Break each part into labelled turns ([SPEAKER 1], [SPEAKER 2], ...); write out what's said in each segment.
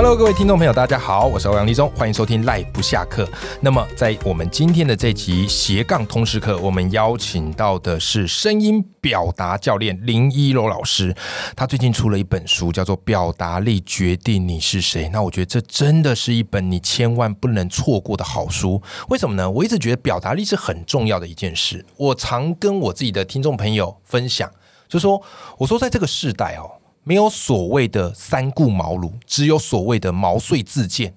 [SPEAKER 1] Hello，各位听众朋友，大家好，我是欧阳立中，欢迎收听《赖不下课》。那么，在我们今天的这集斜杠通识课，我们邀请到的是声音表达教练林一楼老师。他最近出了一本书，叫做《表达力决定你是谁》。那我觉得这真的是一本你千万不能错过的好书。为什么呢？我一直觉得表达力是很重要的一件事。我常跟我自己的听众朋友分享，就说我说在这个世代哦。没有所谓的三顾茅庐，只有所谓的毛遂自荐。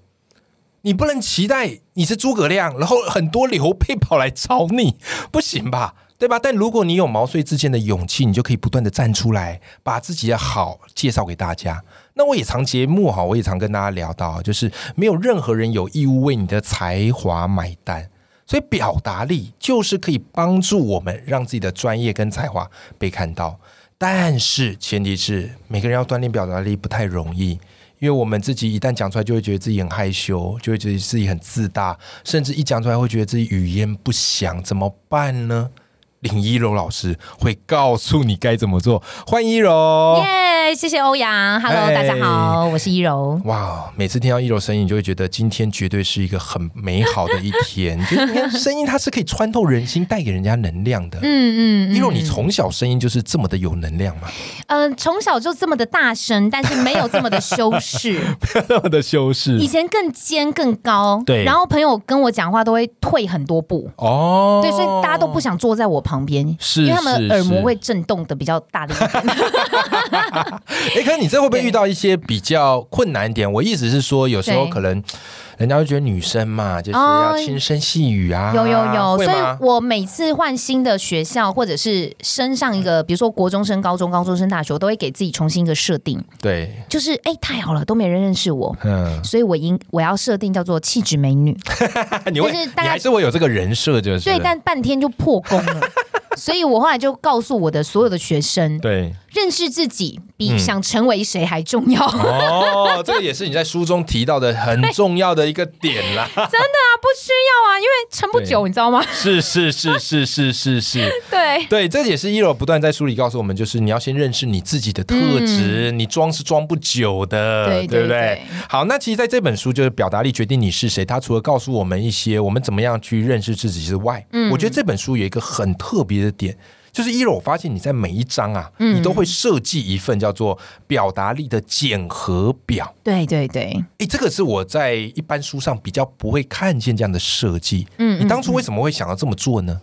[SPEAKER 1] 你不能期待你是诸葛亮，然后很多刘备跑来找你，不行吧？对吧？但如果你有毛遂自荐的勇气，你就可以不断的站出来，把自己的好介绍给大家。那我也常节目哈，我也常跟大家聊到，就是没有任何人有义务为你的才华买单。所以表达力就是可以帮助我们让自己的专业跟才华被看到，但是前提是每个人要锻炼表达力不太容易，因为我们自己一旦讲出来，就会觉得自己很害羞，就会觉得自己很自大，甚至一讲出来会觉得自己语言不详，怎么办呢？林一柔老师会告诉你该怎么做，欢迎一柔。
[SPEAKER 2] 耶谢谢欧阳，Hello，
[SPEAKER 1] 哦哎
[SPEAKER 2] 大家好，我是一柔。
[SPEAKER 1] 哇，每次听到一柔声音，你就会觉得今天绝对是一个很美好的一天。就你看，声音它是可以穿透人心，带给人家能量的。
[SPEAKER 2] 嗯嗯
[SPEAKER 1] 一柔，你从小声音就是这么的有能量嘛，
[SPEAKER 2] 嗯，从、小就这么的大声，但是没有这么的修 饰。
[SPEAKER 1] 那么的修
[SPEAKER 2] 以
[SPEAKER 1] 饰
[SPEAKER 2] 前更尖更高，
[SPEAKER 1] 对
[SPEAKER 2] 然后朋友跟我讲话都会退很多步，
[SPEAKER 1] 哦。
[SPEAKER 2] 对，所以大家都不想坐在我旁边，
[SPEAKER 1] 是
[SPEAKER 2] 因为他们
[SPEAKER 1] 是
[SPEAKER 2] 耳膜
[SPEAKER 1] 是啊
[SPEAKER 2] 会震动的比较大力一点。
[SPEAKER 1] 哎，可是你这会不会遇到一些比较困难点？我意思是说，有时候
[SPEAKER 2] 对
[SPEAKER 1] 可能人家会觉得女生嘛，就是要
[SPEAKER 2] 哦
[SPEAKER 1] 轻声细语啊，
[SPEAKER 2] 有有有，
[SPEAKER 1] 会
[SPEAKER 2] 所以
[SPEAKER 1] 吗？
[SPEAKER 2] 我每次换新的学校，或者是升上一个，比如说国中升高中、高中升大学，我都会给自己重新一个设定，
[SPEAKER 1] 对，
[SPEAKER 2] 就是哎、太好了，都没人认识我，
[SPEAKER 1] 嗯，
[SPEAKER 2] 所以我应我要设定叫做气质美 女，
[SPEAKER 1] 你会，
[SPEAKER 2] 就是
[SPEAKER 1] 你
[SPEAKER 2] 大概
[SPEAKER 1] 还是会有这个人设，就是
[SPEAKER 2] 对，但半天就破功 了。所以我后来就告诉我的所有的学生，
[SPEAKER 1] 对。
[SPEAKER 2] 认识自己
[SPEAKER 1] 嗯
[SPEAKER 2] 比想成为谁还重要。啊，
[SPEAKER 1] 哦，这个也是你在书中提到的很重要的一个点啦。
[SPEAKER 2] 不需要啊，因为撑不久，你知道吗？
[SPEAKER 1] 是是是是是是是，
[SPEAKER 2] 对，
[SPEAKER 1] 对，这也是一柔不断在书里告诉我们，就是你要先认识你自己的特质，你装是装不久的，
[SPEAKER 2] 嗯对
[SPEAKER 1] 不对
[SPEAKER 2] 对对？
[SPEAKER 1] 好，那其实在这本书就是《表达力决定你是谁》，它除了告诉我们一些我们怎么样去认识自己之外，
[SPEAKER 2] 嗯
[SPEAKER 1] 我觉得这本书有一个很特别的点。就是一柔，我发现你在每一章啊，
[SPEAKER 2] 嗯
[SPEAKER 1] 你都会设计一份叫做表达力的检核表。
[SPEAKER 2] 对对对，
[SPEAKER 1] 诶，这个是我在一般书上比较不会看见这样的设计。
[SPEAKER 2] 嗯
[SPEAKER 1] 你当初为什么会想要这么做呢？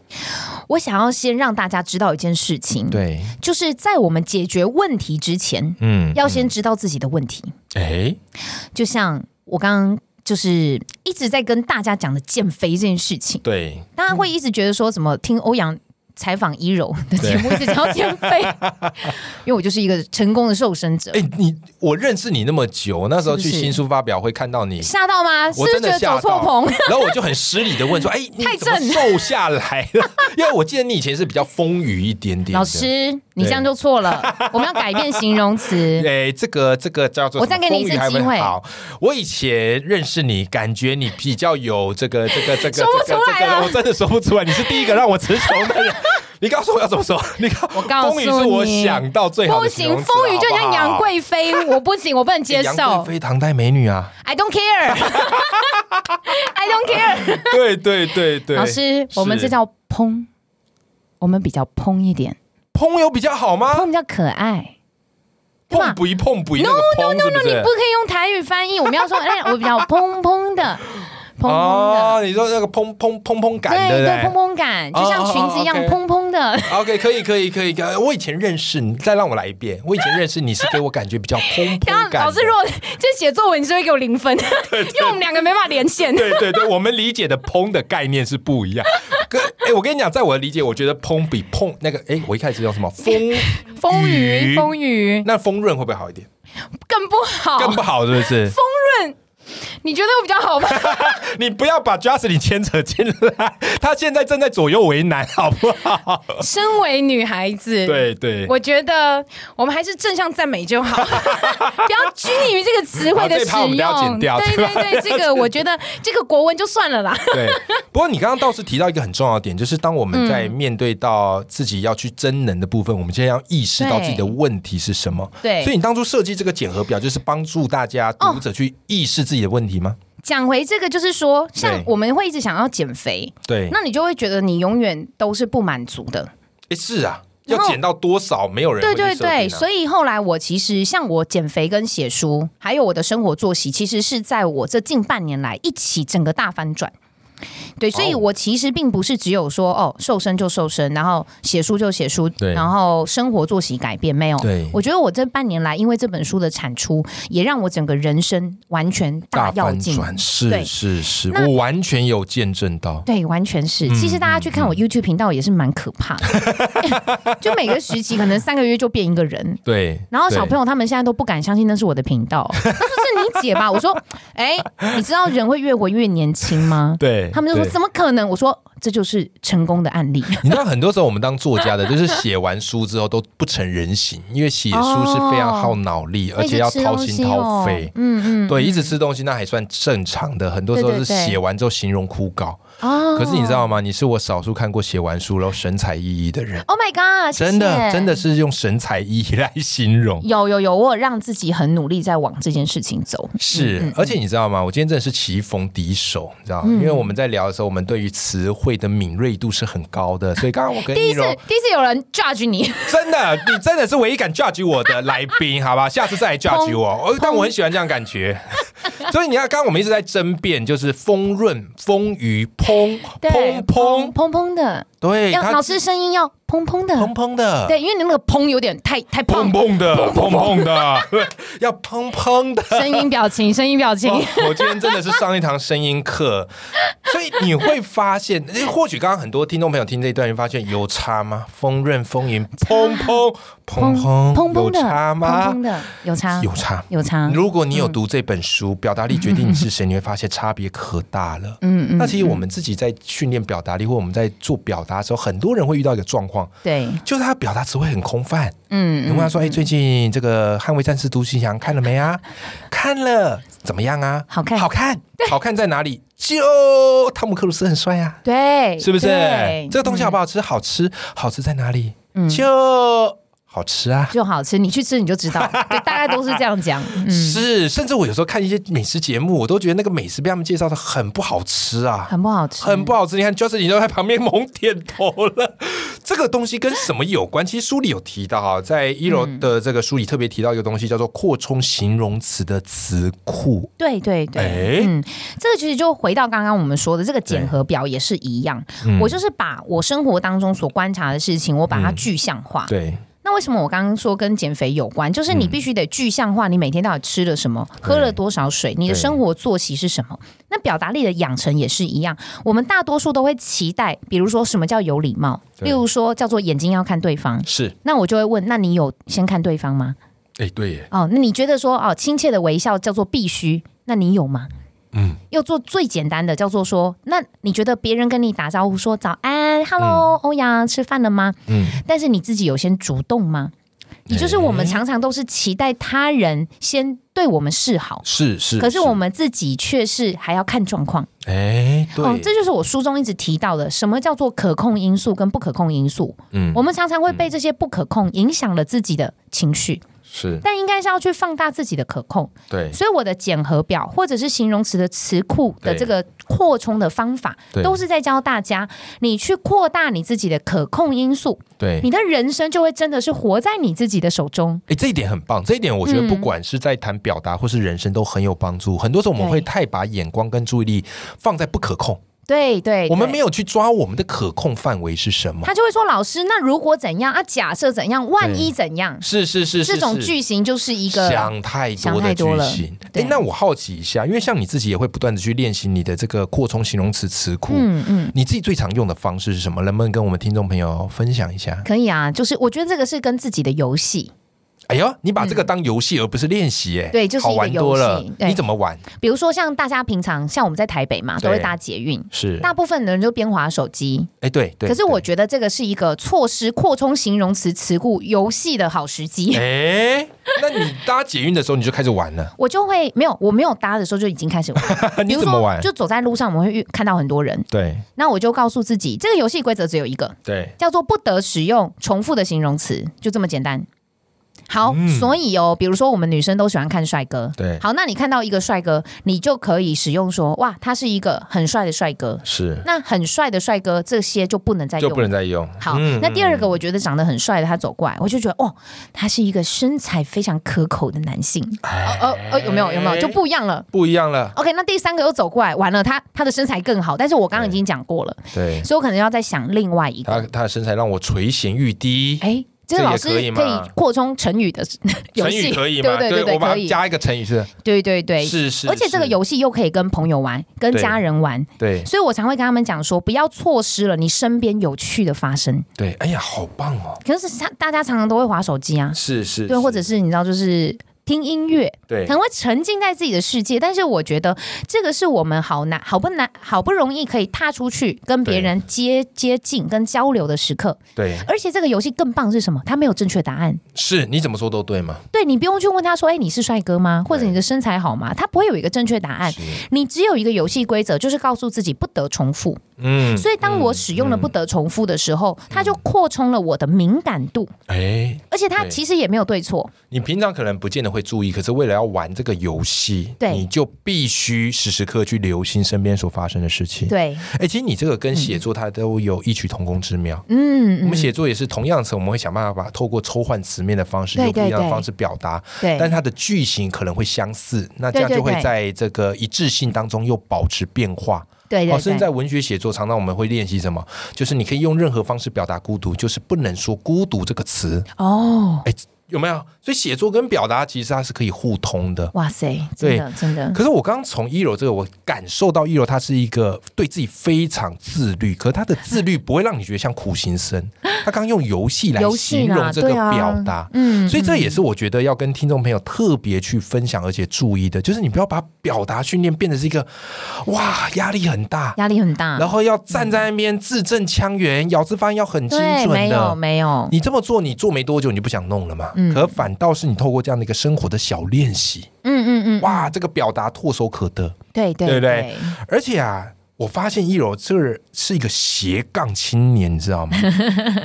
[SPEAKER 2] 我想要先让大家知道一件事情，
[SPEAKER 1] 对，
[SPEAKER 2] 就是在我们解决问题之前，
[SPEAKER 1] 嗯，
[SPEAKER 2] 要先知道自己的问题。
[SPEAKER 1] 哎，
[SPEAKER 2] 就像我刚刚就是一直在跟大家讲的减肥这件事情。
[SPEAKER 1] 对，
[SPEAKER 2] 大家会一直觉得说，怎么听欧阳采访一柔的节目一直讲到减 肥，因为我就是一个成功的瘦身者，
[SPEAKER 1] 哎，你我认识你那么久，那时候去
[SPEAKER 2] 是不是
[SPEAKER 1] 新书发表会看到你，
[SPEAKER 2] 吓到吗？是
[SPEAKER 1] 我
[SPEAKER 2] 不
[SPEAKER 1] 真
[SPEAKER 2] 是
[SPEAKER 1] 的
[SPEAKER 2] 觉得
[SPEAKER 1] 吓
[SPEAKER 2] 走
[SPEAKER 1] 到
[SPEAKER 2] 错棚？
[SPEAKER 1] 然后我就很失礼的问说：“哎，你
[SPEAKER 2] 太
[SPEAKER 1] 怎么
[SPEAKER 2] 正
[SPEAKER 1] 瘦下来了？” 因为我记得你以前是比较丰腴一点点的。
[SPEAKER 2] 老，师，你这样就错了， 我们要改变形容词。
[SPEAKER 1] 哎，这个这个叫做
[SPEAKER 2] 我
[SPEAKER 1] 什么
[SPEAKER 2] 再给你一
[SPEAKER 1] 丰腴
[SPEAKER 2] 次
[SPEAKER 1] 还
[SPEAKER 2] 机
[SPEAKER 1] 没
[SPEAKER 2] 会
[SPEAKER 1] 好，我以前认识你，感觉你比较有这个这个这个这
[SPEAKER 2] 说不
[SPEAKER 1] 个
[SPEAKER 2] 出
[SPEAKER 1] 这
[SPEAKER 2] 来
[SPEAKER 1] 个，
[SPEAKER 2] 了
[SPEAKER 1] 我真的说不出来。你是第一个让我词穷 的人。你告诉我要怎么说？你告
[SPEAKER 2] 我告诉
[SPEAKER 1] 风雨是我想到最好
[SPEAKER 2] 不
[SPEAKER 1] 的
[SPEAKER 2] 行，风雨就像杨
[SPEAKER 1] 贵
[SPEAKER 2] 贵妃，我不行，我不能接受。
[SPEAKER 1] 哎杨贵妃唐代美女啊！
[SPEAKER 2] I don't care，I don't care。
[SPEAKER 1] 对对对 对，
[SPEAKER 2] 老师，我们
[SPEAKER 1] 是
[SPEAKER 2] 这叫烹，我们比较烹一点，
[SPEAKER 1] 碰有比较好吗
[SPEAKER 2] 烹？比较可爱。对吧
[SPEAKER 1] 碰不一碰不一那个碰是不
[SPEAKER 2] 你
[SPEAKER 1] 是
[SPEAKER 2] 不？可以用台语翻译，我们要说，哎， 我比较砰砰的，砰砰的，
[SPEAKER 1] 哦，你说那个砰砰砰砰感，
[SPEAKER 2] 对
[SPEAKER 1] 不
[SPEAKER 2] 对，砰砰感，就像裙子一样
[SPEAKER 1] 哦哦哦
[SPEAKER 2] 砰砰的。
[SPEAKER 1] OK，可以，可以，可以。可以我以前认识你，再让我来一遍。我以前认识你是给我感觉比较砰
[SPEAKER 2] 刚
[SPEAKER 1] 砰
[SPEAKER 2] 刚
[SPEAKER 1] 感。
[SPEAKER 2] 老师如果这写作文，你是会给我零分， 因为我们两个没办法连线。
[SPEAKER 1] 对对对，我们理解的砰的概念是不一样。跟哎、我跟你讲，在我的理解，我觉得砰比碰那个哎、我一开始用 什么风，
[SPEAKER 2] 风
[SPEAKER 1] 雨
[SPEAKER 2] 雨，风雨
[SPEAKER 1] 那丰润会不会好一点？
[SPEAKER 2] 更不好，
[SPEAKER 1] 更不好，是不是？
[SPEAKER 2] 风润。你觉得我比较 好吗？
[SPEAKER 1] 你不要把 Justin 牵扯进来，他现在正在左右为难，好不好？
[SPEAKER 2] 身为女孩子，
[SPEAKER 1] 对对，
[SPEAKER 2] 我觉得我们还是正向赞美 就好，不要拘泥于这个词
[SPEAKER 1] 好
[SPEAKER 2] 汇的
[SPEAKER 1] 这一
[SPEAKER 2] 使
[SPEAKER 1] 趴我们不要剪
[SPEAKER 2] 用。
[SPEAKER 1] 掉
[SPEAKER 2] 对
[SPEAKER 1] 对吧
[SPEAKER 2] 对对，这个我觉得这个国文就算了啦。
[SPEAKER 1] 对，不过你刚刚倒是提到一个很重要的点，就是当我们在面对到自己要去真能的部分，我们现在要意识到自己的问题是什么。
[SPEAKER 2] 对
[SPEAKER 1] 所以你当初设计这个检核表，就是帮助大家
[SPEAKER 2] 哦
[SPEAKER 1] 读者去意识自己的问题吗？
[SPEAKER 2] 讲回这个，就是说，像
[SPEAKER 1] 对
[SPEAKER 2] 我们会一直想要减肥，
[SPEAKER 1] 对，
[SPEAKER 2] 那你就会觉得你永远都是不满足的。
[SPEAKER 1] 诶是啊，要
[SPEAKER 2] 然后
[SPEAKER 1] 减到多少，没有人
[SPEAKER 2] 对对对，所
[SPEAKER 1] 以
[SPEAKER 2] 以后来我其实像我减肥跟写书，还有我的生活作息，其实是在我这近半年来一起整个大翻转。对，所以
[SPEAKER 1] 哦
[SPEAKER 2] 我其实并不是只有说哦瘦身就瘦身，然后写书就写书，
[SPEAKER 1] 对
[SPEAKER 2] 然后生活作息改变没有。
[SPEAKER 1] 对
[SPEAKER 2] 我觉得我这半年来，因为这本书的产出，也让我整个人生完全大跃
[SPEAKER 1] 翻
[SPEAKER 2] 进。
[SPEAKER 1] 转是
[SPEAKER 2] 对
[SPEAKER 1] 是是，
[SPEAKER 2] 那
[SPEAKER 1] 我完全有见证到。
[SPEAKER 2] 对，完全
[SPEAKER 1] 嗯
[SPEAKER 2] 是。其实大家去看我 YouTube 频道也是蛮可怕的， 就每个时期可能三个月就变一个人，
[SPEAKER 1] 对，
[SPEAKER 2] 然后小朋
[SPEAKER 1] 友
[SPEAKER 2] 友他们现在都不敢相信那是我的频道，他说是你姐吧？我说，哎、你知道人会越活越年轻吗？
[SPEAKER 1] 对
[SPEAKER 2] 他们就说
[SPEAKER 1] 对
[SPEAKER 2] 怎么可能？我说这就是成功的案例。
[SPEAKER 1] 你知道，很多时候我们当作家的，就是写完书之后都不成人形，因为写书是非常
[SPEAKER 2] 哦
[SPEAKER 1] 耗脑力， 而且要掏心掏
[SPEAKER 2] 一直吃东西
[SPEAKER 1] 肺
[SPEAKER 2] 哦。嗯嗯，
[SPEAKER 1] 对，一直吃东西那还算正常的，很多时候是
[SPEAKER 2] 对对对
[SPEAKER 1] 写完之后形容枯槁。
[SPEAKER 2] 哦
[SPEAKER 1] 可是你知道吗？你是我少数看过写完书然后神采奕奕的人，
[SPEAKER 2] ？Oh my god！谢谢
[SPEAKER 1] 真的真的是用神采奕奕来形容。
[SPEAKER 2] 有有有，我有让自己很努力在往这件事情走。嗯
[SPEAKER 1] 是，而且你知道吗？我今天真的是棋逢敌手，你知道吗，
[SPEAKER 2] 嗯
[SPEAKER 1] 因为我们在聊的时候，我们对于词汇的敏锐度是很高的，所以刚刚我跟
[SPEAKER 2] 第
[SPEAKER 1] 一
[SPEAKER 2] 一次
[SPEAKER 1] 柔
[SPEAKER 2] 第一次有人 judge 你，
[SPEAKER 1] 真的，你真的是唯一敢 judge 我的来宾，好吧？下次再来 judge 我。哦但我很喜欢这样感觉。所以你看，刚刚我们一直在争辩，就是丰润、丰腴、砰砰砰，
[SPEAKER 2] 砰砰的，
[SPEAKER 1] 对，
[SPEAKER 2] 要
[SPEAKER 1] 它
[SPEAKER 2] 老师声音要砰
[SPEAKER 1] 砰
[SPEAKER 2] 砰的，
[SPEAKER 1] 砰的，
[SPEAKER 2] 对，因为你那个砰有点太太
[SPEAKER 1] 砰
[SPEAKER 2] 胖，
[SPEAKER 1] 砰 的，砰砰的， 要砰砰的。
[SPEAKER 2] 声音表情声音表情。
[SPEAKER 1] 哦我今天真的是上一堂声音课，所以你会发现， 诶或许刚刚很多听众朋友听这一段，你发现有差吗？丰润、丰盈、砰砰砰砰
[SPEAKER 2] 砰
[SPEAKER 1] 有
[SPEAKER 2] 砰的，
[SPEAKER 1] 差吗
[SPEAKER 2] 砰砰？的，有差，
[SPEAKER 1] 有差。
[SPEAKER 2] 有差。
[SPEAKER 1] 如果你有读这本书，表达力决定你是谁，你会发现差别可大了。
[SPEAKER 2] 嗯
[SPEAKER 1] 那其实我们自己在训练表达力，或我们在做表达的时候，很多人会遇到一个状况，
[SPEAKER 2] 对，
[SPEAKER 1] 就是他表达词汇很空泛。你
[SPEAKER 2] 嗯，
[SPEAKER 1] 问他说：“哎，最近这个《捍卫战士独行侠》看了没 啊？看了，怎么样啊？
[SPEAKER 2] 好看
[SPEAKER 1] 好看，好看在哪里？就汤姆克鲁斯很帅啊，
[SPEAKER 2] 对，
[SPEAKER 1] 是不是？
[SPEAKER 2] 对
[SPEAKER 1] 这个东西好不好吃？好吃，好吃在哪里？
[SPEAKER 2] 嗯
[SPEAKER 1] 就好吃啊。”
[SPEAKER 2] 就好吃，你去吃你就知 道，对，大概都是这样讲。嗯，
[SPEAKER 1] 是，甚至我有时候看一些美食节目，我都觉得那个美食被他们介绍的很不好吃啊，
[SPEAKER 2] 很不好吃，
[SPEAKER 1] 很不好吃。你看 Justin 都在旁边猛点头了。这个东西跟什么有关？其实书里有提到啊，在一楼
[SPEAKER 2] 嗯
[SPEAKER 1] 的这个书里特别提到一个东西，叫做扩充形容词的词库。
[SPEAKER 2] 对对对，
[SPEAKER 1] 哎
[SPEAKER 2] 嗯，这个其实就回到刚刚我们说的这个检核表也是一样，
[SPEAKER 1] 嗯
[SPEAKER 2] 我就是把我生活当中所观察的事情，我把它具象化。
[SPEAKER 1] 对，
[SPEAKER 2] 那为什么我刚刚说跟减肥有关？就是你必须得具象化，你每天到底吃了什么，喝了多少水，你的生活作息是什么。那表达力的养成也是一样，我们大多数都会期待，比如说什么叫有礼貌，
[SPEAKER 1] 对
[SPEAKER 2] 例如说叫做眼睛要看对方。
[SPEAKER 1] 是，
[SPEAKER 2] 那我就会问，那你有先看对方吗？
[SPEAKER 1] 哎，对耶，
[SPEAKER 2] 哦，那你觉得说哦，亲切的微笑叫做必须，那你有吗？
[SPEAKER 1] 嗯，
[SPEAKER 2] 又做最简单的叫做说，那你觉得别人跟你打招呼说早安，hello，欧阳、吃饭了吗？
[SPEAKER 1] 嗯，
[SPEAKER 2] 但是你自己有先主动吗？也就是我们常常都是期待他人先对我们示好，
[SPEAKER 1] 是是。
[SPEAKER 2] 可是我们自己却是还要看状况。
[SPEAKER 1] 哎，对，
[SPEAKER 2] 哦，这就是我书中一直提到的，什么叫做可控因素跟不可控因素？
[SPEAKER 1] 嗯
[SPEAKER 2] 我们常常会被这些不可控影响了自己的情绪，
[SPEAKER 1] 是
[SPEAKER 2] 但应该是要去放大自己的可控。
[SPEAKER 1] 对，
[SPEAKER 2] 所以我的检核表或者是形容词的词库的
[SPEAKER 1] 对
[SPEAKER 2] 这个扩充的方法
[SPEAKER 1] 对，
[SPEAKER 2] 都是在教大家，你去扩大你自己的可控因素，
[SPEAKER 1] 对。
[SPEAKER 2] 你的人生就会真的是活在你自己的手中。
[SPEAKER 1] 哎，这一点很棒，这一点我觉得不
[SPEAKER 2] 嗯
[SPEAKER 1] 管是在谈表达或是人生都很有帮助。很多时候我们
[SPEAKER 2] 对
[SPEAKER 1] 会太把眼光跟注意力放在不可控，
[SPEAKER 2] 对对，
[SPEAKER 1] 我们
[SPEAKER 2] 对
[SPEAKER 1] 没有去抓我们的可控范围是什么。
[SPEAKER 2] 他就会说老师，那如果怎样啊？假设怎样？万一怎样？
[SPEAKER 1] 是是是是，
[SPEAKER 2] 这种
[SPEAKER 1] 是
[SPEAKER 2] 句型就是一个
[SPEAKER 1] 想太多
[SPEAKER 2] 想
[SPEAKER 1] 的
[SPEAKER 2] 太
[SPEAKER 1] 句
[SPEAKER 2] 多了
[SPEAKER 1] 型。哎
[SPEAKER 2] 对，
[SPEAKER 1] 那我好奇一下，因为像你自己也会不断的去练习你的这个扩充形容词词库，嗯嗯，你自己最常用的方式是什么？能不能跟我们听众朋友分享一下？
[SPEAKER 2] 可以啊，就是我觉得这个是跟自己的游戏。
[SPEAKER 1] 哎呦，你把这个当游戏而不是练习，哎，
[SPEAKER 2] 对就是
[SPEAKER 1] 好
[SPEAKER 2] 一个
[SPEAKER 1] 玩多了
[SPEAKER 2] 游戏。对
[SPEAKER 1] 你怎么玩？
[SPEAKER 2] 比如说像大家平常像我们在台北嘛，
[SPEAKER 1] 对
[SPEAKER 2] 都会搭捷运，
[SPEAKER 1] 是，
[SPEAKER 2] 大部分的人就边滑手机。
[SPEAKER 1] 哎，对对。
[SPEAKER 2] 可是我
[SPEAKER 1] 对，
[SPEAKER 2] 觉得这个是一个错失扩充形容词词库游戏的好时机。
[SPEAKER 1] 哎，那你搭捷运的时候你就开始玩了，
[SPEAKER 2] 我就会没有，我没有搭的时候就已经开始玩。 比
[SPEAKER 1] 你
[SPEAKER 2] 如
[SPEAKER 1] 怎么
[SPEAKER 2] 说，
[SPEAKER 1] 玩？
[SPEAKER 2] 就走在路上，我们会遇看到很多人，
[SPEAKER 1] 对
[SPEAKER 2] 那我就告诉自己，这个游戏规则只有一个，
[SPEAKER 1] 对，
[SPEAKER 2] 叫做不得使用重复的形容词，就这么简单。好，
[SPEAKER 1] 嗯
[SPEAKER 2] 所以哦，比如说我们女生都喜欢看帅哥，
[SPEAKER 1] 对
[SPEAKER 2] 好，那你看到一个帅哥，你就可以使用说，哇，他是一个很帅的帅哥。
[SPEAKER 1] 是，
[SPEAKER 2] 那很帅的帅哥，这些就不能再
[SPEAKER 1] 就
[SPEAKER 2] 用
[SPEAKER 1] 不能再用。
[SPEAKER 2] 好，那第二
[SPEAKER 1] 嗯
[SPEAKER 2] 个我觉得长得很帅的他走过来，我就觉得哦，他是一个身材非常可口的男性。哦
[SPEAKER 1] 哎
[SPEAKER 2] 哦哦，有没有有没有就不一样了
[SPEAKER 1] 不一样了，
[SPEAKER 2] ？OK，那第三个又走过来，完了他他的身材更好，但是我刚刚已经讲过了，
[SPEAKER 1] 对
[SPEAKER 2] 所以我可能要再想另外一
[SPEAKER 1] 他
[SPEAKER 2] 个。
[SPEAKER 1] 他的身材让我垂涎欲滴。
[SPEAKER 2] 哎，
[SPEAKER 1] 这
[SPEAKER 2] 这个
[SPEAKER 1] 也
[SPEAKER 2] 老师
[SPEAKER 1] 可以吗
[SPEAKER 2] 扩充成语的 游
[SPEAKER 1] 成
[SPEAKER 2] 戏，
[SPEAKER 1] 语可以
[SPEAKER 2] 对
[SPEAKER 1] 吗？
[SPEAKER 2] 对对
[SPEAKER 1] 我
[SPEAKER 2] 对，
[SPEAKER 1] 把
[SPEAKER 2] 可
[SPEAKER 1] 它
[SPEAKER 2] 以，
[SPEAKER 1] 加一个成语是，
[SPEAKER 2] 对对对。
[SPEAKER 1] 是是，
[SPEAKER 2] 而且这个
[SPEAKER 1] 是
[SPEAKER 2] 游戏又可以跟朋友玩，跟
[SPEAKER 1] 对
[SPEAKER 2] 家人玩，
[SPEAKER 1] 对
[SPEAKER 2] 所以我常会跟他们讲说，不要错失了你身边有趣的发生。
[SPEAKER 1] 对，哎呀，好棒哦！
[SPEAKER 2] 可是常大家常常都会划手机啊，
[SPEAKER 1] 是是，
[SPEAKER 2] 对，或者是你知道，就是听音乐，
[SPEAKER 1] 对
[SPEAKER 2] 可能会沉浸在自己的世界。但是我觉得这个是我们好难、好不难、好不容易可以踏出去跟别人接接近、跟交流的时刻。
[SPEAKER 1] 对，
[SPEAKER 2] 而且这个游戏更棒是什么？它没有正确答案，
[SPEAKER 1] 是你怎么说都对嘛。
[SPEAKER 2] 对你不用去问他说：“哎，你是帅哥吗？或者
[SPEAKER 1] 对
[SPEAKER 2] 你的身材好吗？”它不会有一个正确答案
[SPEAKER 1] 是。
[SPEAKER 2] 你只有一个游戏规则，就是告诉自己不得重复。
[SPEAKER 1] 嗯，
[SPEAKER 2] 所以当我使用了不得重复的时候，它就扩充了我的敏感度，
[SPEAKER 1] 哎，
[SPEAKER 2] 而且它
[SPEAKER 1] 对
[SPEAKER 2] 其实也没有对错。
[SPEAKER 1] 你平常可能不见得会注意，可是为了要玩这个游戏，
[SPEAKER 2] 对
[SPEAKER 1] 你就必须时时刻去留心身边所发生的事情。，
[SPEAKER 2] 对，
[SPEAKER 1] 哎，其实你这个跟写作它都有异曲同工之妙。
[SPEAKER 2] 嗯嗯，嗯
[SPEAKER 1] 我们写作也是同样词，我们会想办法把透过抽换词面的方式，
[SPEAKER 2] 对
[SPEAKER 1] 用不一样的
[SPEAKER 2] 对
[SPEAKER 1] 方式表达，
[SPEAKER 2] 对，
[SPEAKER 1] 但它的句型可能会相似，那这样
[SPEAKER 2] 对对
[SPEAKER 1] 就会
[SPEAKER 2] 对
[SPEAKER 1] 在这个一致性当中又保持变化。
[SPEAKER 2] 对对
[SPEAKER 1] 哦，甚至
[SPEAKER 2] 对，
[SPEAKER 1] 在文学写作，常常我们会练习什么？就是你可以用任何方式表达孤独，就是不能说“孤独”这个词，
[SPEAKER 2] 哦，
[SPEAKER 1] 哎有没有？所以写作跟表达其实它是可以互通的。
[SPEAKER 2] 哇塞，真的真的，
[SPEAKER 1] 可是我刚刚从一楼这个，我感受到一楼他是一个对自己非常自律，可是他的自律不会让你觉得像苦行 僧。他刚用游戏来
[SPEAKER 2] 游戏
[SPEAKER 1] 形
[SPEAKER 2] 啦
[SPEAKER 1] 容这个
[SPEAKER 2] 对啊
[SPEAKER 1] 表达，
[SPEAKER 2] 嗯，
[SPEAKER 1] 所以这
[SPEAKER 2] 嗯
[SPEAKER 1] 也是我觉得要跟听众朋友特别去分享，而且注意的，就是你不要把表达训练变成是一个哇压力很大，
[SPEAKER 2] 压力很大，
[SPEAKER 1] 然后要站在那边字正腔圆，咬字发音要很精
[SPEAKER 2] 对，嗯
[SPEAKER 1] 准
[SPEAKER 2] 没有
[SPEAKER 1] 的。
[SPEAKER 2] 没有，
[SPEAKER 1] 你这么做，你做没多久你就不想弄了嘛？
[SPEAKER 2] 嗯
[SPEAKER 1] 可反倒是你透过这样的一个生活的小练习，
[SPEAKER 2] 嗯嗯嗯，
[SPEAKER 1] 哇，这个表达唾手可得。
[SPEAKER 2] 对对
[SPEAKER 1] 对不
[SPEAKER 2] 对
[SPEAKER 1] 对而且啊，我发现一柔这个是一个斜杠青年，你知 道吗？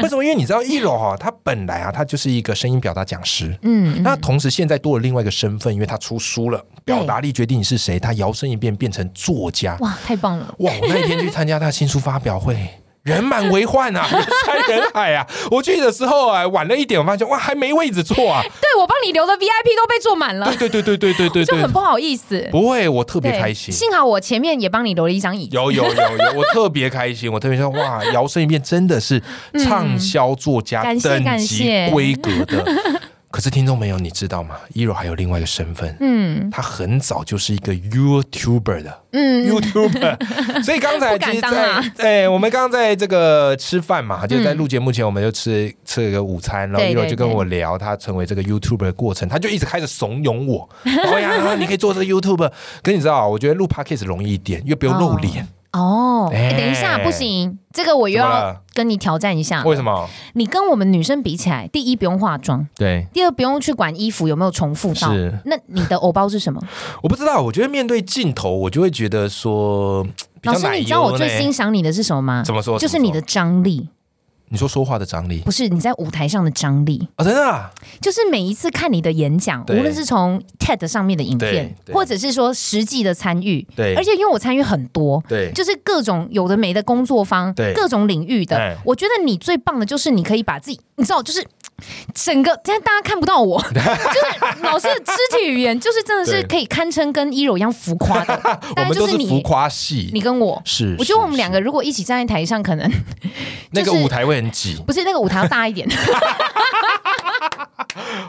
[SPEAKER 1] 为什么？因为你知道一柔哈、他本来啊，他就是一个声音表达讲师。
[SPEAKER 2] 嗯，嗯
[SPEAKER 1] 那同时现在多了另外一个身份，因为他出书了，
[SPEAKER 2] 对
[SPEAKER 1] 表达力决定你是谁。他摇身一变变成作家，
[SPEAKER 2] 哇，太棒了，
[SPEAKER 1] 哇！我那一天去参加他新书发表会，人满为患 啊，人山人海啊。我去的时候啊，晚了一点，我发现哇，还没位置坐啊。
[SPEAKER 2] 对我帮你留的 VIP 都被坐满了，
[SPEAKER 1] 对对对对对对
[SPEAKER 2] 就
[SPEAKER 1] 对
[SPEAKER 2] 很，不好意思，
[SPEAKER 1] 不会，我特别
[SPEAKER 2] 对
[SPEAKER 1] 开心。
[SPEAKER 2] 幸好我前面也帮你留了一张椅子，
[SPEAKER 1] 有有有 有，我特别开心，我特别说哇，摇身一变真的是畅销作家
[SPEAKER 2] 感谢
[SPEAKER 1] 等
[SPEAKER 2] 感
[SPEAKER 1] 级
[SPEAKER 2] 谢
[SPEAKER 1] 规格的。 可是听众朋友，你知道吗？一柔还有另外一个身份，
[SPEAKER 2] 嗯
[SPEAKER 1] 他很早就是一个 YouTuber 的。
[SPEAKER 2] 嗯，嗯
[SPEAKER 1] YouTuber，所以刚才
[SPEAKER 2] 不敢
[SPEAKER 1] 其实
[SPEAKER 2] 当
[SPEAKER 1] 在
[SPEAKER 2] 啊，嗯
[SPEAKER 1] 哎，我们刚刚在这个吃饭嘛，就在录节目前，我们就吃吃了个午餐，然后
[SPEAKER 2] 对
[SPEAKER 1] 一楼
[SPEAKER 2] 对
[SPEAKER 1] 就跟
[SPEAKER 2] 对
[SPEAKER 1] 我聊他成为这个 YouTuber 的过程，他就一直开始怂恿 我，哎呀，你可以做这个 YouTuber，可是你知道啊，我觉得录 Podcast 容易一点，因为不用露脸，
[SPEAKER 2] 哦，哎等一下，
[SPEAKER 1] 哎
[SPEAKER 2] 不行，这个我又
[SPEAKER 1] 怎么
[SPEAKER 2] 要
[SPEAKER 1] 了
[SPEAKER 2] 跟你挑战一下，
[SPEAKER 1] 为什么？
[SPEAKER 2] 你跟我们女生比起来，第一不用化妆。
[SPEAKER 1] 对，
[SPEAKER 2] 第二，不用去管衣服有没有重复到
[SPEAKER 1] 是。
[SPEAKER 2] 那你的偶包是什么？
[SPEAKER 1] 我不知道，我觉得面对镜头，我就会觉得说嗯比
[SPEAKER 2] 老
[SPEAKER 1] 较
[SPEAKER 2] 师，
[SPEAKER 1] 奶
[SPEAKER 2] 你知道我
[SPEAKER 1] 油
[SPEAKER 2] 最欣
[SPEAKER 1] 呢。
[SPEAKER 2] 赏你的是什么吗？
[SPEAKER 1] 怎么说？
[SPEAKER 2] 就是
[SPEAKER 1] 怎么
[SPEAKER 2] 你
[SPEAKER 1] 说
[SPEAKER 2] 的，张力，
[SPEAKER 1] 你说说话的张力
[SPEAKER 2] 不是你在舞台上的张力，
[SPEAKER 1] 啊，真的啊，
[SPEAKER 2] 就是每一次看你的演讲，无
[SPEAKER 1] 对
[SPEAKER 2] 论是从 TED 上面的影片
[SPEAKER 1] 对，对
[SPEAKER 2] 或者是说实际的参与，
[SPEAKER 1] 对，
[SPEAKER 2] 而且因为我参与很多。
[SPEAKER 1] 对，
[SPEAKER 2] 就是各种有的没的工作方
[SPEAKER 1] 对，
[SPEAKER 2] 各种领域
[SPEAKER 1] 哎
[SPEAKER 2] 的。我觉得你最棒的就是你可以把自己，你知道，就是整个现在大家看不 到我，就是老师的肢体语言，就是真的是
[SPEAKER 1] 对
[SPEAKER 2] 可以堪称跟一柔一样浮夸的。
[SPEAKER 1] 我
[SPEAKER 2] 大概
[SPEAKER 1] 们
[SPEAKER 2] 就
[SPEAKER 1] 都
[SPEAKER 2] 是
[SPEAKER 1] 是
[SPEAKER 2] 你
[SPEAKER 1] 浮夸系，
[SPEAKER 2] 你跟我，
[SPEAKER 1] 是，
[SPEAKER 2] 我觉得我们
[SPEAKER 1] 是
[SPEAKER 2] 两个如果一起站在台上，可能
[SPEAKER 1] 那个
[SPEAKER 2] 就是
[SPEAKER 1] 舞台会很挤。
[SPEAKER 2] 不是那个舞台要大一点。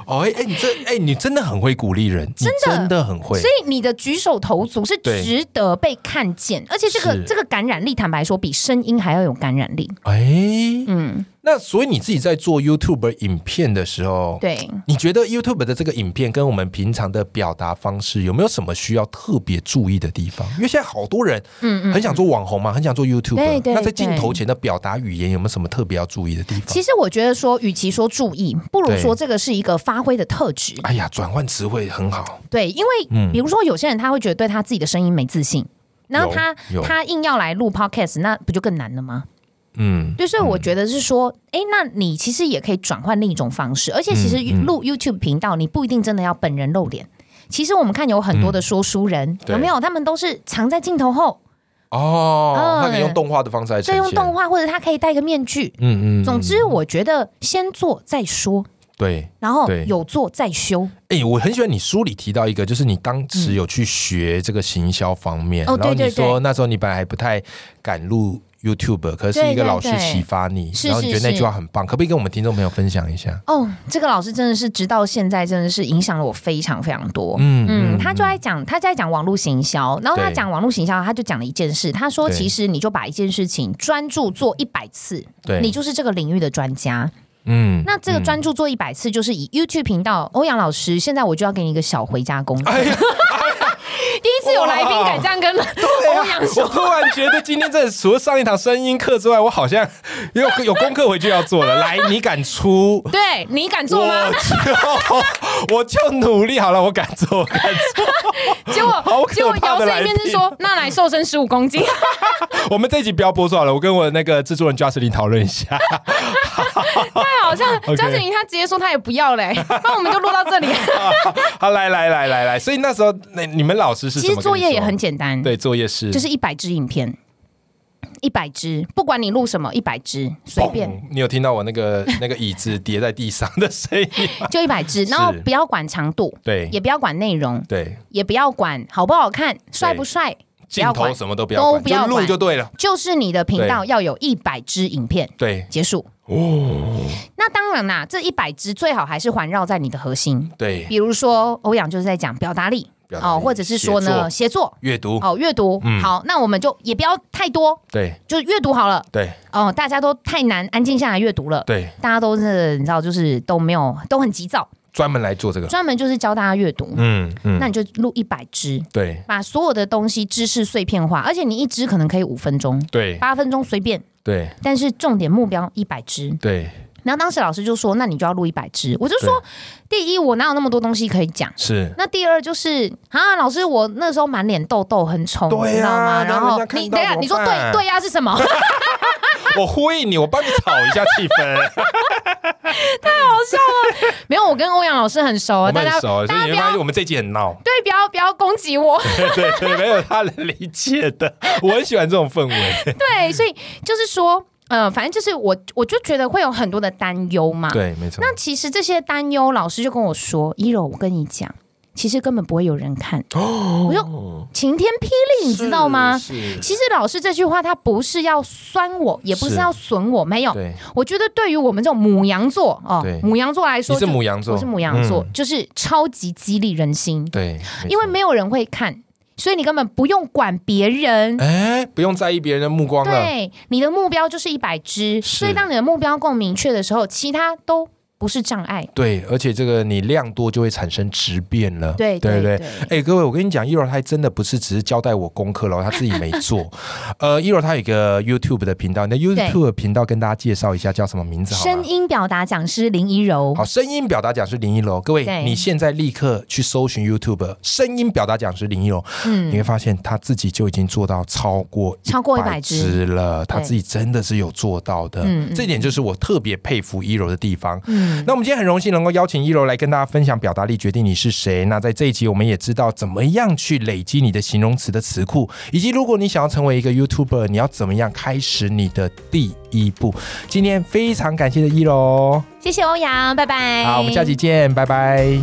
[SPEAKER 1] 哦，哎、哎，你这哎、你真的很会鼓励人，真
[SPEAKER 2] 的
[SPEAKER 1] 真的很会
[SPEAKER 2] 所。以你的举手投足是
[SPEAKER 1] 对
[SPEAKER 2] 值得被看见，而且这个
[SPEAKER 1] 是
[SPEAKER 2] 这个感染力，坦白说，比声音还要有感染力。
[SPEAKER 1] 哎、
[SPEAKER 2] 嗯，
[SPEAKER 1] 那所以你自己在做 YouTube 影片的时候，
[SPEAKER 2] 对。
[SPEAKER 1] 你觉得 YouTube 的这个影片跟我们平常的表达方式有没有什么需要特别注意的地方？因为现在好多人，嗯很想做网红嘛，很想做 YouTube，
[SPEAKER 2] 对对
[SPEAKER 1] 那在镜头前的表达语言有没有什么特别要注意的地方？
[SPEAKER 2] 其实我觉得说，与其说注意，不如
[SPEAKER 1] 对
[SPEAKER 2] 说这个是一个发挥的特质。
[SPEAKER 1] 哎呀，转换词汇很好，
[SPEAKER 2] 对，因
[SPEAKER 1] 嗯
[SPEAKER 2] 为比如说有些人他会觉得对他自己的声音没自信，然后他
[SPEAKER 1] 有有
[SPEAKER 2] 他硬要来录 podcast，那不就更难了吗？
[SPEAKER 1] 嗯，
[SPEAKER 2] 对，所以我觉得是说，哎、那你其实也可以转换另一种方式，而且其实
[SPEAKER 1] 嗯
[SPEAKER 2] 录 YouTube 频道，你不一定真的要本人露脸。其实我们看有很多的说书人，
[SPEAKER 1] 嗯对
[SPEAKER 2] 有没有？他们都是藏在镜头后，
[SPEAKER 1] 哦，
[SPEAKER 2] 嗯
[SPEAKER 1] 那可以用动画的方式来呈
[SPEAKER 2] 所
[SPEAKER 1] 现，
[SPEAKER 2] 以用动画或者他可以戴个面具。
[SPEAKER 1] 嗯，嗯嗯，
[SPEAKER 2] 总之，我觉得先做再说，
[SPEAKER 1] 对。
[SPEAKER 2] 然后
[SPEAKER 1] 对
[SPEAKER 2] 有做再修。
[SPEAKER 1] 哎、我很喜欢你书里提到一个，就是你当时有去学这个行销方面，
[SPEAKER 2] 嗯哦
[SPEAKER 1] 然后
[SPEAKER 2] 对
[SPEAKER 1] 你
[SPEAKER 2] 对对
[SPEAKER 1] 说那时候你本来还不太敢录 YouTube，可是
[SPEAKER 2] 对
[SPEAKER 1] 一个
[SPEAKER 2] 对
[SPEAKER 1] 老师
[SPEAKER 2] 对
[SPEAKER 1] 启发你，
[SPEAKER 2] 是
[SPEAKER 1] 然后你觉
[SPEAKER 2] 是
[SPEAKER 1] 得那句
[SPEAKER 2] 是
[SPEAKER 1] 话很棒，可不可以跟我们听众朋友分享一下？
[SPEAKER 2] 哦，这个老师真的是直到现在，真的是影响了我非常非常多。
[SPEAKER 1] 嗯
[SPEAKER 2] 嗯，他就在讲，他在讲网络行销，然后他
[SPEAKER 1] 对
[SPEAKER 2] 讲网络行销，他就讲了一件事，他说
[SPEAKER 1] 对
[SPEAKER 2] 其实你就把一件事情专注做一百次，
[SPEAKER 1] 对，
[SPEAKER 2] 你就是这个领域的专家。
[SPEAKER 1] 嗯
[SPEAKER 2] 那这个专注做一百次，就是以 YouTube 频道欧阳老师，现在我就要给你一个小回家功课。
[SPEAKER 1] 哎 呀，
[SPEAKER 2] 第一次有来宾敢这样跟欧
[SPEAKER 1] 啊
[SPEAKER 2] 阳
[SPEAKER 1] 我
[SPEAKER 2] 说。
[SPEAKER 1] 突然觉得今天这除了上一堂声音课之外，我好像有有功课回去要做了。来，你敢出？
[SPEAKER 2] 对你敢做吗
[SPEAKER 1] 我？就我就努力好了，我敢做，我敢做。
[SPEAKER 2] 结果
[SPEAKER 1] 好可怕的
[SPEAKER 2] 结果姚
[SPEAKER 1] 来
[SPEAKER 2] 生一
[SPEAKER 1] 宾
[SPEAKER 2] 边是说，那来瘦身十五公斤，
[SPEAKER 1] 我们这一集不要播出好了，我跟我那个制作人 Justin 讨论一下。
[SPEAKER 2] 太好像
[SPEAKER 1] OK
[SPEAKER 2] 张子玲她直接说她也不要嘞，那我们就录到这里。
[SPEAKER 1] 好，来来来来来，所以那时候那你们老师是
[SPEAKER 2] 其
[SPEAKER 1] 怎么
[SPEAKER 2] 实
[SPEAKER 1] 跟
[SPEAKER 2] 作业
[SPEAKER 1] 你
[SPEAKER 2] 也
[SPEAKER 1] 说
[SPEAKER 2] 很简单，
[SPEAKER 1] 对，作业是
[SPEAKER 2] 就是一百支影片，一百支，不管你录什么，一百支随便。
[SPEAKER 1] 砰你有听到我那个那个椅子叠在地上的声 音吗？
[SPEAKER 2] 就一百支，然后不要管长度，
[SPEAKER 1] 对
[SPEAKER 2] 也不要管内容，
[SPEAKER 1] 对，
[SPEAKER 2] 也不要管好不好看、帅不帅，不
[SPEAKER 1] 镜
[SPEAKER 2] 要
[SPEAKER 1] 头
[SPEAKER 2] 管，
[SPEAKER 1] 什么都不要管，
[SPEAKER 2] 都不要
[SPEAKER 1] 就录
[SPEAKER 2] 管
[SPEAKER 1] 就对了。
[SPEAKER 2] 就是你的频道要有一百支影片
[SPEAKER 1] 对
[SPEAKER 2] 结束。
[SPEAKER 1] 哦
[SPEAKER 2] 那当然啦，这一百支最好还是环绕在你的核心，
[SPEAKER 1] 对，
[SPEAKER 2] 比如说欧阳就是在讲表达力
[SPEAKER 1] 表达力
[SPEAKER 2] 哦，或者是说呢写作
[SPEAKER 1] 阅读
[SPEAKER 2] 哦阅读，
[SPEAKER 1] 嗯
[SPEAKER 2] 好，那我们就也不要太多，
[SPEAKER 1] 对
[SPEAKER 2] 就阅读好了
[SPEAKER 1] 对
[SPEAKER 2] 哦，大家都太难安静下来阅读了。
[SPEAKER 1] 对，
[SPEAKER 2] 大家都是你知道，就是都没有都很急躁，
[SPEAKER 1] 专门来做这个。
[SPEAKER 2] 专门就是教大家阅读。
[SPEAKER 1] 嗯嗯，
[SPEAKER 2] 那你就录一百支，
[SPEAKER 1] 对
[SPEAKER 2] 把所有的东西知识碎片化，而且你一支可能可以五分钟、
[SPEAKER 1] 对
[SPEAKER 2] 八分钟随便，
[SPEAKER 1] 对
[SPEAKER 2] 但是重点目标一百支。
[SPEAKER 1] 对，
[SPEAKER 2] 然后当时老师就说：“那你就要录一百支。”我就说：“第一，我哪有那么多东西可以讲？
[SPEAKER 1] 是。
[SPEAKER 2] 那第二就是啊，老师，我那时候满脸痘痘，很丑，
[SPEAKER 1] 对啊
[SPEAKER 2] 你知道吗？然
[SPEAKER 1] 让人家
[SPEAKER 2] 后
[SPEAKER 1] 看
[SPEAKER 2] 你
[SPEAKER 1] 到
[SPEAKER 2] 等一下，
[SPEAKER 1] 怎么
[SPEAKER 2] 你说
[SPEAKER 1] 办
[SPEAKER 2] 对对啊呀、是什么？ 啊
[SPEAKER 1] 我呼应你，我帮你炒一下气 氛。
[SPEAKER 2] 没有，我跟欧阳老师很熟
[SPEAKER 1] 我
[SPEAKER 2] 啊，大
[SPEAKER 1] 们
[SPEAKER 2] 家
[SPEAKER 1] 很熟，所以你会
[SPEAKER 2] 大家不
[SPEAKER 1] 发
[SPEAKER 2] 要。
[SPEAKER 1] 现我们这一集很闹
[SPEAKER 2] 对，不要不要攻击我。”
[SPEAKER 1] 对对，没有他能理解的。我很喜欢这种氛围。
[SPEAKER 2] 对，所以就是说，呃，反正就是我，我就觉得会有很多的担忧嘛。
[SPEAKER 1] 对，没错。
[SPEAKER 2] 啊那其实这些担忧，老师就跟我说：“一柔，我跟你讲，其实根本不会有人看。我就晴天霹雳，你知道吗？
[SPEAKER 1] 哦是
[SPEAKER 2] 其实老师这句话，他不是要酸我，也不
[SPEAKER 1] 是
[SPEAKER 2] 是要损我，没有。
[SPEAKER 1] 对，
[SPEAKER 2] 我觉得对于我们这种母羊座哦
[SPEAKER 1] 对，
[SPEAKER 2] 母羊座来说
[SPEAKER 1] 你，
[SPEAKER 2] 就是
[SPEAKER 1] 母羊座，
[SPEAKER 2] 我是母羊座，
[SPEAKER 1] 嗯
[SPEAKER 2] 就是超级激励人心，
[SPEAKER 1] 对，没
[SPEAKER 2] 因为
[SPEAKER 1] 错
[SPEAKER 2] 没有人会看，所以你根本不用管别人。
[SPEAKER 1] 哎，不用在意别人的目光了。
[SPEAKER 2] 对，你的目标就是一百只，
[SPEAKER 1] 是
[SPEAKER 2] 所以当你的目标够明确的时候，其他都不是障碍。
[SPEAKER 1] 对，而且这个你量多就会产生质变了，
[SPEAKER 2] 对
[SPEAKER 1] 对
[SPEAKER 2] 对
[SPEAKER 1] 不对
[SPEAKER 2] 对？
[SPEAKER 1] 哎、各位，我跟你讲，一柔他还真的不是只是交代我功课了，他自己没 做。呃，一柔他有一个 YouTube 的频道，那 YouTube 频道跟大家介绍一下，叫什么名字好吗
[SPEAKER 2] 声？音表达讲师林怡柔
[SPEAKER 1] 好，，声音表达讲师林一楼，各位，
[SPEAKER 2] 对
[SPEAKER 1] 你现在立刻去搜寻 YouTube 声音表达讲师林一楼，你
[SPEAKER 2] 嗯，
[SPEAKER 1] 会发现他自己就已经做到超过
[SPEAKER 2] 超过
[SPEAKER 1] 100
[SPEAKER 2] 100只
[SPEAKER 1] 了，他
[SPEAKER 2] 对
[SPEAKER 1] 自己真的是有做到的，
[SPEAKER 2] 嗯嗯
[SPEAKER 1] 这点就是我特别佩服一柔的地方。
[SPEAKER 2] 嗯
[SPEAKER 1] 那我们今天很荣幸能够邀请一柔来跟大家分享表达力决定你是谁。那在这一集我们也知道怎么样去累积你的形容词的词库，以及如果你想要成为一个 YouTuber，你要怎么样开始你的第一步。今天非常感谢的一柔，哦
[SPEAKER 2] 谢谢欧阳，拜拜。
[SPEAKER 1] 好，我们下期见，拜拜。